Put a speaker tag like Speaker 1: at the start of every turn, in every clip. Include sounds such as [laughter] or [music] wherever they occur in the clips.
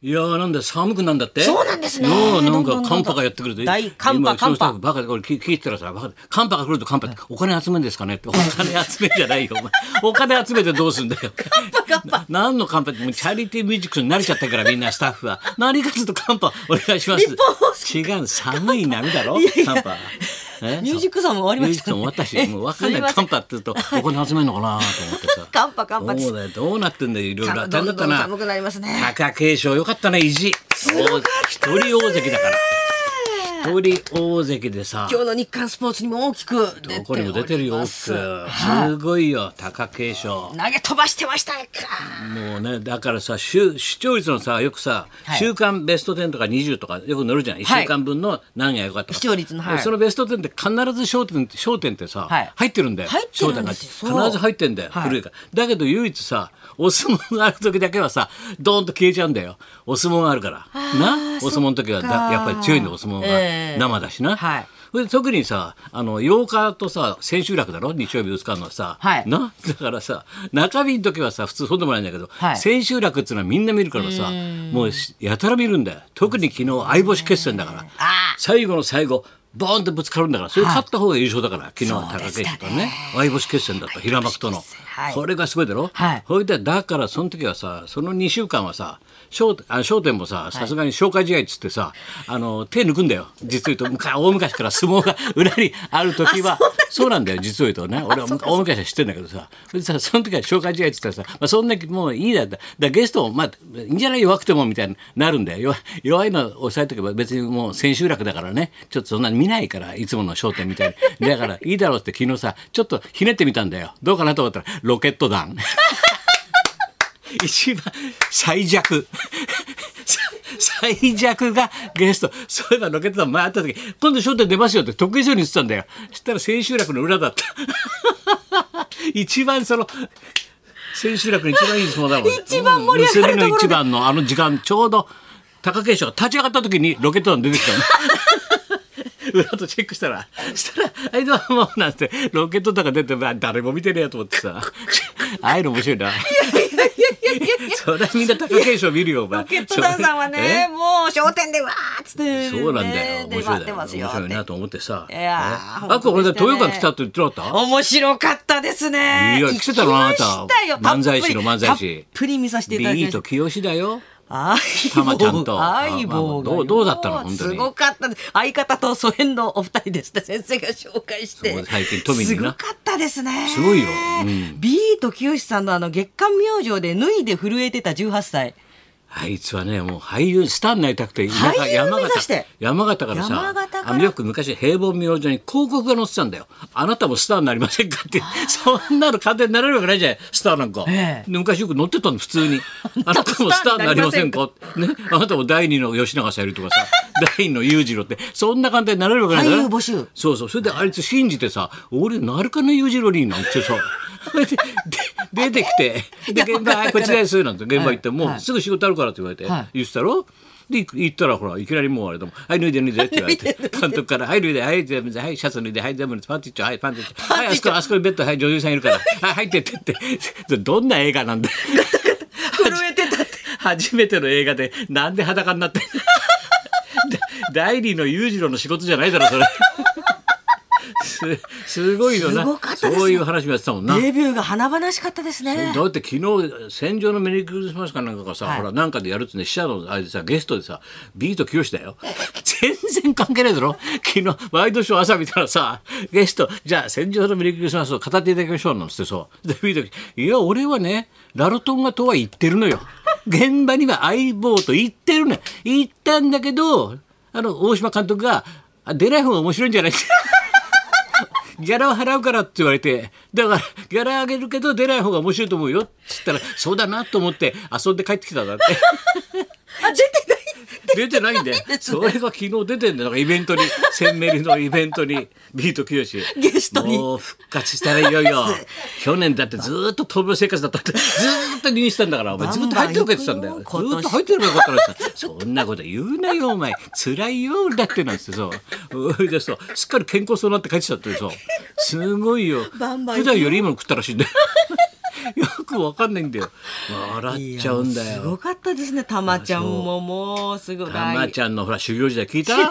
Speaker 1: いやーなんだ寒くなんだって
Speaker 2: そうなんですね
Speaker 1: ような
Speaker 2: ど
Speaker 1: ん
Speaker 2: んど
Speaker 1: か
Speaker 2: んどんどん
Speaker 1: 寒波がやってくると
Speaker 2: 大寒波
Speaker 1: 今うちのスタッフ
Speaker 2: 寒
Speaker 1: バカでこれ聞聞いてたらさバカで寒波が来ると寒波ってお金集めんですかねってお金集めんじゃないよお前お金集めてどうすんだよ寒波何の寒波ってもうチャリティーミュージックに慣れちゃったからみんなスタッフは何かちょっと寒波お願いします
Speaker 2: 日本放送
Speaker 1: 違う寒い波だろ
Speaker 2: いやいや
Speaker 1: 寒波え
Speaker 2: ミュージックソンも終わりましたね
Speaker 1: ミュージックソン終わったしもう分かん
Speaker 2: すい
Speaker 1: な
Speaker 2: ま
Speaker 1: い
Speaker 2: せん
Speaker 1: 寒波って言うとお金集めんのかなと思って
Speaker 2: [laughs]
Speaker 1: さ
Speaker 2: 寒波寒波です
Speaker 1: そうだよどうなってんだよいろいろ大
Speaker 2: ど
Speaker 1: 変
Speaker 2: ん
Speaker 1: だ
Speaker 2: ど
Speaker 1: っ
Speaker 2: ん
Speaker 1: たな
Speaker 2: 寒くなりますね
Speaker 1: 貴景勝よかったね意地一人大関だから一人大関でさ
Speaker 2: 今日の日刊スポーツにも大きく出て
Speaker 1: ここにも出てるよ大
Speaker 2: おりま
Speaker 1: きく
Speaker 2: す
Speaker 1: すごいよ貴景勝
Speaker 2: 投げ飛ばしてましたか
Speaker 1: もうねだからさ週視聴率のさよくさ、
Speaker 2: はい
Speaker 1: 週間ベスト10とか20とかよく載るじゃん1週間分の何が良かったか
Speaker 2: 視聴率のはい
Speaker 1: そのベスト10って必ず焦点焦点ってさ、
Speaker 2: はい
Speaker 1: 入ってるんだよ
Speaker 2: 入ってるんですよ
Speaker 1: 焦点が
Speaker 2: そう
Speaker 1: 必ず入ってんだよ、
Speaker 2: はい
Speaker 1: 古いからだけど唯一さお相撲がある時だけはさドーンと消えちゃうんだよお相撲があるからなお相撲の時はだ
Speaker 2: そっか
Speaker 1: やっぱり強いんだよお相撲が、
Speaker 2: ええ
Speaker 1: 生だしな、
Speaker 2: はい
Speaker 1: それで特にさあの8日とさ千秋楽だろ日曜日ぶつかるのはさ、
Speaker 2: はい
Speaker 1: なだからさ中日の時はさ普通そうでもないんだけど、
Speaker 2: はい
Speaker 1: 千秋楽っつうのはみんな見るからさもうやたら見るんだよ特に昨日相星決戦だから
Speaker 2: あ
Speaker 1: 最後の最後ボーンってぶつかるんだからそれ勝った方が優勝だから、昨日は
Speaker 2: そう
Speaker 1: 貴
Speaker 2: で
Speaker 1: 景
Speaker 2: した
Speaker 1: 勝
Speaker 2: ね
Speaker 1: とね相星決戦だった平幕との
Speaker 2: 相星決戦はい
Speaker 1: これがすごいだろ、
Speaker 2: はい
Speaker 1: それでだからその時はさその2週間はさ商あ商店もささすがに紹介試合っつってさ、あの手抜くんだよ実を言うとむか大昔から相撲が裏にある時はそうなんだよ実を言うとね俺はむ大昔は知ってんだけどさそれでさその時は紹介試合っつったらさ、まあ、そんなもういいだってだからゲストもまあいいんじゃない弱くてもみたいになるんだよ弱弱いのを抑えとけば別にもう千秋楽だからねちょっとそんなに見ないからいつもの焦点みたいにだからいいだろうって昨日さちょっとひねってみたんだよどうかなと思ったらロケット弾。 [laughs] 一番最弱最弱がゲストそういえばロケット団前会った時「今度『笑点』出ますよ」って得意そうに言ってたんだよそしたら千秋楽の裏だった一番その千秋楽の一番いい相撲だもん
Speaker 2: 一番盛り上がるところ
Speaker 1: うん結び
Speaker 2: で
Speaker 1: の一番のあの時間ちょうど貴景勝が立ち上がった時にロケット団出てきたの [laughs] 裏とチェックしたらしたら「あいどうも」なんてロケット団が出てまあ誰も見てねえやと思ってさ [laughs] ああいうの面白いな。 [laughs] そりゃみんな貴景勝見るよ、お
Speaker 2: [laughs]
Speaker 1: 前。
Speaker 2: ロケットダンさんはね、もう商店でわーっつって、ね、
Speaker 1: そうなんだよ。面
Speaker 2: 出
Speaker 1: 白
Speaker 2: 回
Speaker 1: いだ
Speaker 2: って
Speaker 1: よ。面
Speaker 2: ますよ
Speaker 1: 白いな
Speaker 2: っ
Speaker 1: と思ってさ。
Speaker 2: いや
Speaker 1: ね
Speaker 2: ー
Speaker 1: あっこれで
Speaker 2: 本当で
Speaker 1: 豊
Speaker 2: したね
Speaker 1: 川来たって言ってなかった
Speaker 2: て面白かったですね
Speaker 1: いや来てたのあなた
Speaker 2: 行きましたよ
Speaker 1: 漫才師の漫才師
Speaker 2: たっぷりたっぷり見させていただき
Speaker 1: ビ
Speaker 2: ま
Speaker 1: ー
Speaker 2: した
Speaker 1: と清だよ。
Speaker 2: 相
Speaker 1: たま
Speaker 2: 棒
Speaker 1: ちゃんと
Speaker 2: 相棒が
Speaker 1: あまあどうどうだったの
Speaker 2: も
Speaker 1: 本当に
Speaker 2: すごかったです相方と疎遠のお二人ですね先生が紹介して
Speaker 1: そう最近富にな
Speaker 2: すごかったですね
Speaker 1: すごいよう
Speaker 2: B と清さんのあの月刊明星で脱いで震えてた18歳
Speaker 1: あいつはね、もう俳優、スターになりたくて、田舎
Speaker 2: 俳優目
Speaker 1: 山
Speaker 2: 指して
Speaker 1: 形、山形からさ、
Speaker 2: 山形から
Speaker 1: あのよく昔、平凡明星に広告が載ってたんだよ。あなたもスターになりませんかって、そんなの簡単になれるわけないじゃない、スターなんか。
Speaker 2: ええ
Speaker 1: で昔よく載ってたの、普通
Speaker 2: [laughs]
Speaker 1: に。あなたもスターになりませんかね、あなたも第二の吉永小百合とか
Speaker 2: [laughs]
Speaker 1: さ、第二の裕次郎って、そんな簡単になれるわけないじゃない
Speaker 2: 俳優募集
Speaker 1: そうそう。それであいつ信じてさ、俺なるかな、裕次郎になんてさ、それ [laughs] でで出てきて、で、現場、はいこっちです、なんて現場行って、
Speaker 2: はい
Speaker 1: も
Speaker 2: は
Speaker 1: う
Speaker 2: い
Speaker 1: すぐ仕事あるからって言われて、
Speaker 2: はい
Speaker 1: 言ってたろで行行ったらほらいきなりもうあれでもんはい脱いで脱いでって言われて監督から「はい脱いではい全部はいシャツ脱いではい全部パンティッチョはいパンティッチョはいあそこあそこにベッドはい女優さんいるからはい入ってって」って [laughs] どんな映画なんだよ
Speaker 2: 震えてたって
Speaker 1: 初めての映画でなんで裸になって [laughs] だ第二の裕次郎の仕事じゃないだろそれすすごいよな
Speaker 2: すごかったですね
Speaker 1: そういう話もやってたもんな
Speaker 2: [laughs] デビューが華々しかったですね
Speaker 1: だって昨日戦場のメリークリスマスかなんかがさ、
Speaker 2: はい
Speaker 1: ほらなんかでやるっつね記者のあれでさゲストでさビート清
Speaker 2: [laughs]
Speaker 1: だよ全然関係ないだろ昨日ワイドショー朝見たらさゲストじゃあ戦場のメリークリスマスを語っていただきましょうなんつってそうでビート清いや俺はねラロトンガとは言ってるのよ現場には相棒と言ってるのよ言ったんだけどあの大島監督があ出ない方が面白いんじゃないってギャラを払うからって言われて、だから、ギャラあげるけど出ない方が面白いと思うよって言ったら、そうだなと思って遊んで帰ってきたんだって。
Speaker 2: あ出てない
Speaker 1: [laughs] 出て
Speaker 2: [laughs]
Speaker 1: ないんで、それが昨日出てんだよ。なんかイベントに、鮮明のイベントに、ビートきよし。
Speaker 2: ゲストに
Speaker 1: もう復活したらいよいよ。去年だってずーっと闘病生活だったって、ずーっと入院したんだから、お前ずっと入っておけって言ってたんだよ。ず
Speaker 2: バンバ
Speaker 1: ー
Speaker 2: ン行くよ
Speaker 1: っと入ってればよかったのにさ、そんなこと言うなよ、お前。辛いよ、だってなんつってそう。それでそう、すっかり健康そうになって帰ってきたってそう。すごいよ。
Speaker 2: バンバン行くよ
Speaker 1: [laughs] 普段より今の食ったらしいんだよ。よくわかんないんだよ。笑っちゃうんだ
Speaker 2: いや
Speaker 1: よ
Speaker 2: す。ごかったですね、たまちゃんももうすごい。
Speaker 1: たまちゃんのほら修行時代聞いた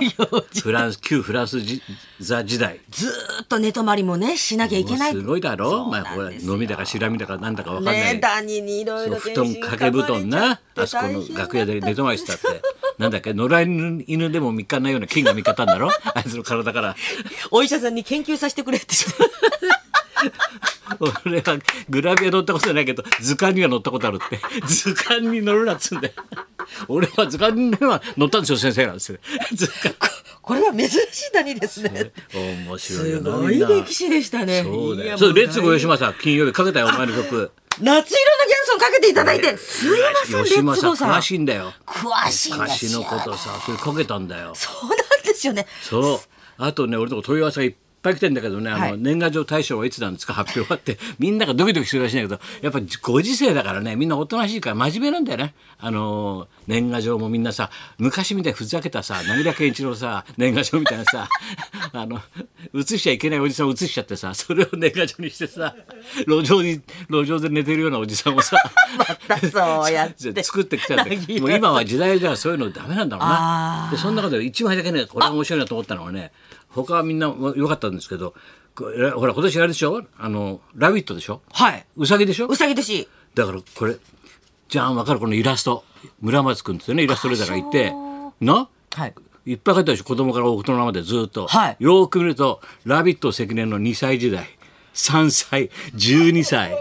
Speaker 1: フランス旧フランスじ座時代
Speaker 2: ずーっと寝泊まりもね、しなきゃいけない。
Speaker 1: すごいだろ
Speaker 2: そうなん
Speaker 1: まあ、ほら
Speaker 2: ですよ
Speaker 1: 飲みだかしらみだかなんだかわかんない、
Speaker 2: ね、ダニにいろい
Speaker 1: そう
Speaker 2: ろ
Speaker 1: 布団掛け布団なあそこの楽屋で寝泊まりしたってなんだっけ野良犬犬でも3日ないような菌が見方ん
Speaker 2: [laughs]
Speaker 1: だろあいつの体から
Speaker 2: お医者さんに研究させてくれって
Speaker 1: 俺はグラビア乗ったことないけど図鑑には乗ったことあるって図鑑に乗るなっつうんだよ俺は図鑑には乗ったんですよ先生なんですよ図鑑
Speaker 2: [laughs] これは珍しいダニですね。
Speaker 1: 面白いよ
Speaker 2: す
Speaker 1: な
Speaker 2: ご
Speaker 1: み
Speaker 2: い
Speaker 1: んな
Speaker 2: 歴史でしたね。
Speaker 1: そうだ
Speaker 2: いや
Speaker 1: よ。そう、レッ
Speaker 2: も
Speaker 1: ツ
Speaker 2: う
Speaker 1: ゴー吉村さん、金曜日かけたよ、お前の曲。
Speaker 2: 夏色のギャンソンかけていただいて、すいませ
Speaker 1: 吉
Speaker 2: ん、レッ
Speaker 1: 村
Speaker 2: ツ
Speaker 1: さん、
Speaker 2: ゴーさん。
Speaker 1: 詳しいんだよ。
Speaker 2: 詳しいんです
Speaker 1: 昔の
Speaker 2: よ。
Speaker 1: ことさ、それかけたんだよ。
Speaker 2: そうなんですよね。
Speaker 1: そう。あとね、俺のとこ問い合わせがいっぱい来てんだけどね、あの、
Speaker 2: はい
Speaker 1: 年賀状大賞はいつなんですか発表はって、 [laughs] みんながドキドキするらしいんだけど、やっぱご時世だからね、みんなおとなしいから真面目なんだよね。あのー、年賀状もみんなさ、昔みたいにふざけたさ、涙健一郎さ、年賀状みたいなさ、 [laughs] あの、映しちゃいけないおじさんを映しちゃってさ、それを年賀状にしてさ、路上に、路上で寝てるようなおじさんを
Speaker 2: [laughs]
Speaker 1: さ、
Speaker 2: だそうやっ
Speaker 1: [laughs]
Speaker 2: て。
Speaker 1: 作ってきた
Speaker 2: [laughs]
Speaker 1: んだけ
Speaker 2: 柳
Speaker 1: ども
Speaker 2: 田
Speaker 1: う
Speaker 2: さん
Speaker 1: 今は時代ではそういうのダメなんだろうな
Speaker 2: あー
Speaker 1: でそんなことで一枚だけねこれが面白いなと思ったのはね他はみんな良かったんですけどこれほら今年あれでしょあの「ラビット!」でしょ
Speaker 2: はい。
Speaker 1: うさぎでしょ
Speaker 2: うさぎ年。
Speaker 1: だからこれじゃあ分かるこのイラスト村松君っていうねイラストレーターがいてな
Speaker 2: はい。
Speaker 1: いっぱい書いてあるでしょ子供から大人までずっと、
Speaker 2: はい
Speaker 1: よーく見ると「ラビット!」関年の2歳時代3歳12歳、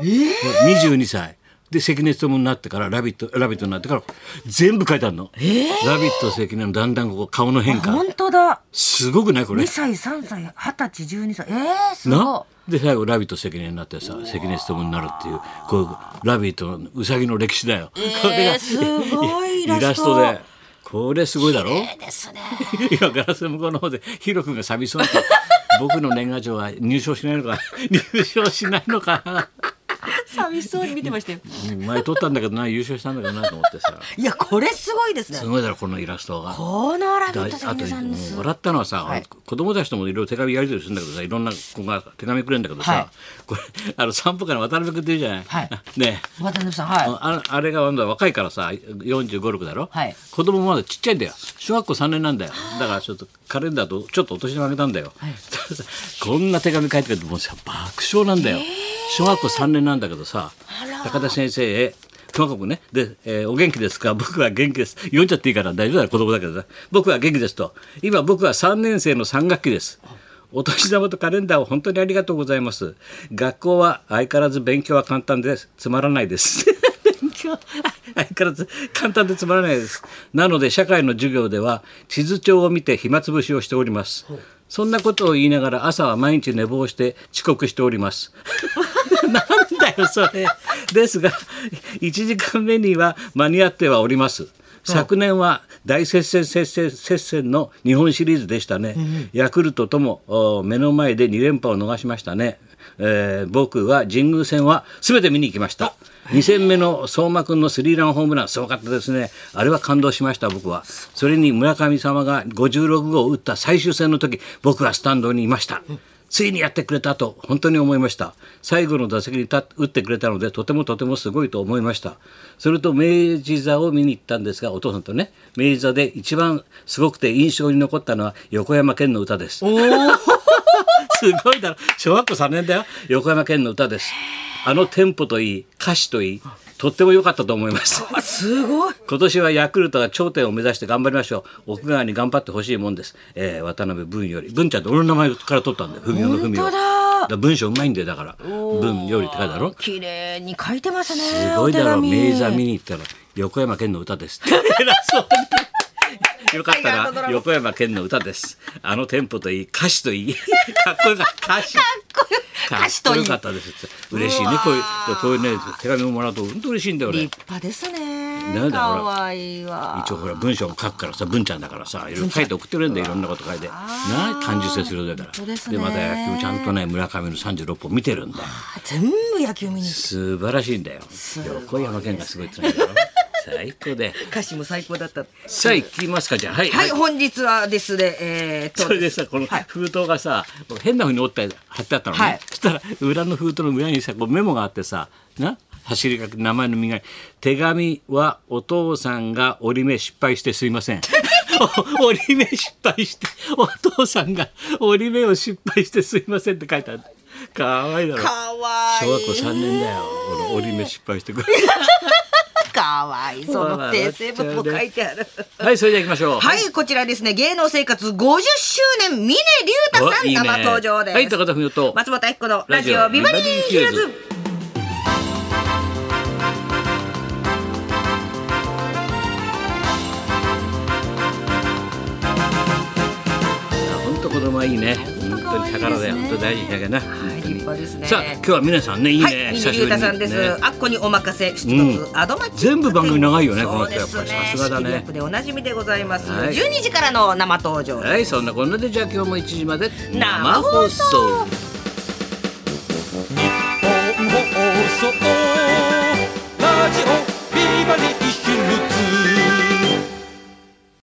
Speaker 1: 22歳で関根勤になってから「ラビット!」ラビットになってから全部書いてあるの「ラビット!」関根のだんだんここ顔の変化
Speaker 2: 本当だ。
Speaker 1: すごくないこれ
Speaker 2: 2歳、3歳、20歳、12歳。ええす
Speaker 1: な
Speaker 2: ご
Speaker 1: で最後「ラビット!」関根になってさ関根勤になるっていうこういう「ラビット!」のうさぎの歴史だよ、
Speaker 2: ー
Speaker 1: これが
Speaker 2: すごいイラス
Speaker 1: イ
Speaker 2: ト
Speaker 1: ラストでこれすごいだろ
Speaker 2: い。ええですね。
Speaker 1: 今ガラスの向こうの方でヒロ君が寂しそうに
Speaker 2: [laughs]
Speaker 1: 僕の年賀状は入賞しないのか入賞しないのかな
Speaker 2: 寂しそうに見てましたよ。
Speaker 1: 前取ったんだけどな優勝したんだけどなと思ってさ
Speaker 2: いや、これすごいですね
Speaker 1: す。ごいだろこのイラストが。
Speaker 2: このラビ
Speaker 1: だ
Speaker 2: ット
Speaker 1: あ
Speaker 2: 関
Speaker 1: と
Speaker 2: 根さんの
Speaker 1: うん
Speaker 2: す
Speaker 1: 笑ったのはさ、
Speaker 2: はい
Speaker 1: 子供たちともいろいろ手紙やり取りするんだけどさいろんな子が手紙くれるんだけどさ、
Speaker 2: はい
Speaker 1: これあの散歩から渡辺君っていうじゃない、
Speaker 2: はい
Speaker 1: [laughs] ねえ
Speaker 2: 渡辺さん、はい。
Speaker 1: ああれがまだ若いからさ4 5 6だろ、
Speaker 2: はい
Speaker 1: 子供もまだちっちゃいんだよ小学校3年なんだよだからちょっとカレンダーとちょっとお年玉あげたんだよ、 [laughs] こんな手紙書いてくるともうさ爆笑なんだよ、小学校3年なんだけどさ高田先生へ熊子君ねで、えーお元気ですか僕は元気です読んじゃっていいから大丈夫だよ子供だけどさ僕は元気ですと今僕は3年生の3学期ですお年玉とカレンダーを本当にありがとうございます。学校は相変わらず勉強は簡単です。つまらないです。勉強 [laughs] 相変わらず簡単でつまらないです。なので社会の授業では地図帳を見て暇つぶしをしております。そんなことを言いながら朝は毎日寝坊して遅刻しております。なんだよそれ。ですが1時間目には間に合ってはおります。昨年は大接戦接戦接戦の日本シリーズでしたね、ヤクルトともお目の前で2連覇を逃しましたね、えー僕は神宮戦は全て見に行きました2戦目の相馬君のスリーランホームランすごかったですねあれは感動しました僕はそれに村上様が56号を打った最終戦の時僕はスタンドにいました、ついにやってくれたと本当に思いました最後の打席に立っ打ってくれたのでとてもとてもすごいと思いましたそれと明治座を見に行ったんですがお父さんとね明治座で一番すごくて印象に残ったのは横山健の歌です [laughs] すごいだろ小学校3年だよ横山健の歌ですあのテンポといい歌詞といいとっても良かったと思います
Speaker 2: あすごい。
Speaker 1: 今年はヤクルトが頂点を目指して頑張りましょう奥川に頑張ってほしいもんです、えー渡辺文より文ちゃんって俺の名前から取ったんだよ文雄の文雄
Speaker 2: 本当だ
Speaker 1: から文章うまいんだよだから文よりって書いてあるだろ
Speaker 2: 綺麗に書いてますね。
Speaker 1: すごいだろ
Speaker 2: お手紙
Speaker 1: 名座見に行ったら横山健の歌です
Speaker 2: [laughs]
Speaker 1: って偉そうによかったら横山健の歌ですあのテンポといい歌詞といいかっこよかった歌詞
Speaker 2: 歌詞といい
Speaker 1: かっこよかったですって嬉しいねこういうこういうね手紙をもらうと本当嬉しいんだよ俺
Speaker 2: 立派です
Speaker 1: なん
Speaker 2: ね。
Speaker 1: だほら
Speaker 2: かわいいわ。
Speaker 1: 一応ほら文章も書くからさ文ちゃんだからさいろいろ書いて送ってくれるんだよいろんなこと書いてなあ感受性するだから
Speaker 2: 本当ですね
Speaker 1: また野球ちゃんとね村上の36本見てるんだよ
Speaker 2: 全部野球見に行っ
Speaker 1: 素晴らしいんだよ横山健がすごいってなんだよ最高で
Speaker 2: た歌詞も最高だった。
Speaker 1: さあ行きますかじゃあはい、
Speaker 2: はい、本日はですね、えーっと、
Speaker 1: それでさこの
Speaker 2: はい
Speaker 1: 封筒がさ、変なふうに折って貼ってあったのね、
Speaker 2: はい
Speaker 1: そしたら裏の封筒の裏にさこうメモがあってさな走り書き名前の磨き手紙はお父さんが折り目失敗してすいま
Speaker 2: [laughs]
Speaker 1: せんお折り目失敗してお父さんが折り目を失敗してすいませんって書いてあるかわいいだろ
Speaker 2: かわいい
Speaker 1: 小学校3年だよこの折り目失敗して
Speaker 2: [laughs]
Speaker 1: くる
Speaker 2: かわいいその訂正文も書いてある
Speaker 1: はいそれじゃあ行きましょう
Speaker 2: はいこちらですね芸能生活50周年峰竜太さん
Speaker 1: おいいね
Speaker 2: 生登場です
Speaker 1: はい高田文夫と
Speaker 2: 松本明子のラジオビバリーヒルズ
Speaker 1: 本当子供はいいね。本当に宝だよ。
Speaker 2: 本
Speaker 1: 本
Speaker 2: 当
Speaker 1: 当
Speaker 2: 可
Speaker 1: 大
Speaker 2: 愛いですね
Speaker 1: 事だけどな。本
Speaker 2: はい
Speaker 1: 当に
Speaker 2: 立派ですね
Speaker 1: さあ今日は皆さんねいい
Speaker 2: はい、
Speaker 1: ね。
Speaker 2: ミニリュウタさんです。
Speaker 1: ね
Speaker 2: あっこにお任せ、一つ、
Speaker 1: うん
Speaker 2: アドマチック
Speaker 1: 全部番組長いよねこの人
Speaker 2: そうですね
Speaker 1: やっぱりさすがだね
Speaker 2: 仕切り役でおなじみでございます。
Speaker 1: はい
Speaker 2: 12時からの生登場。
Speaker 1: はいそんなこんなでじゃあ今日も1時まで
Speaker 2: 生放送。
Speaker 3: 日本放送ラジオビバリーヒルズ」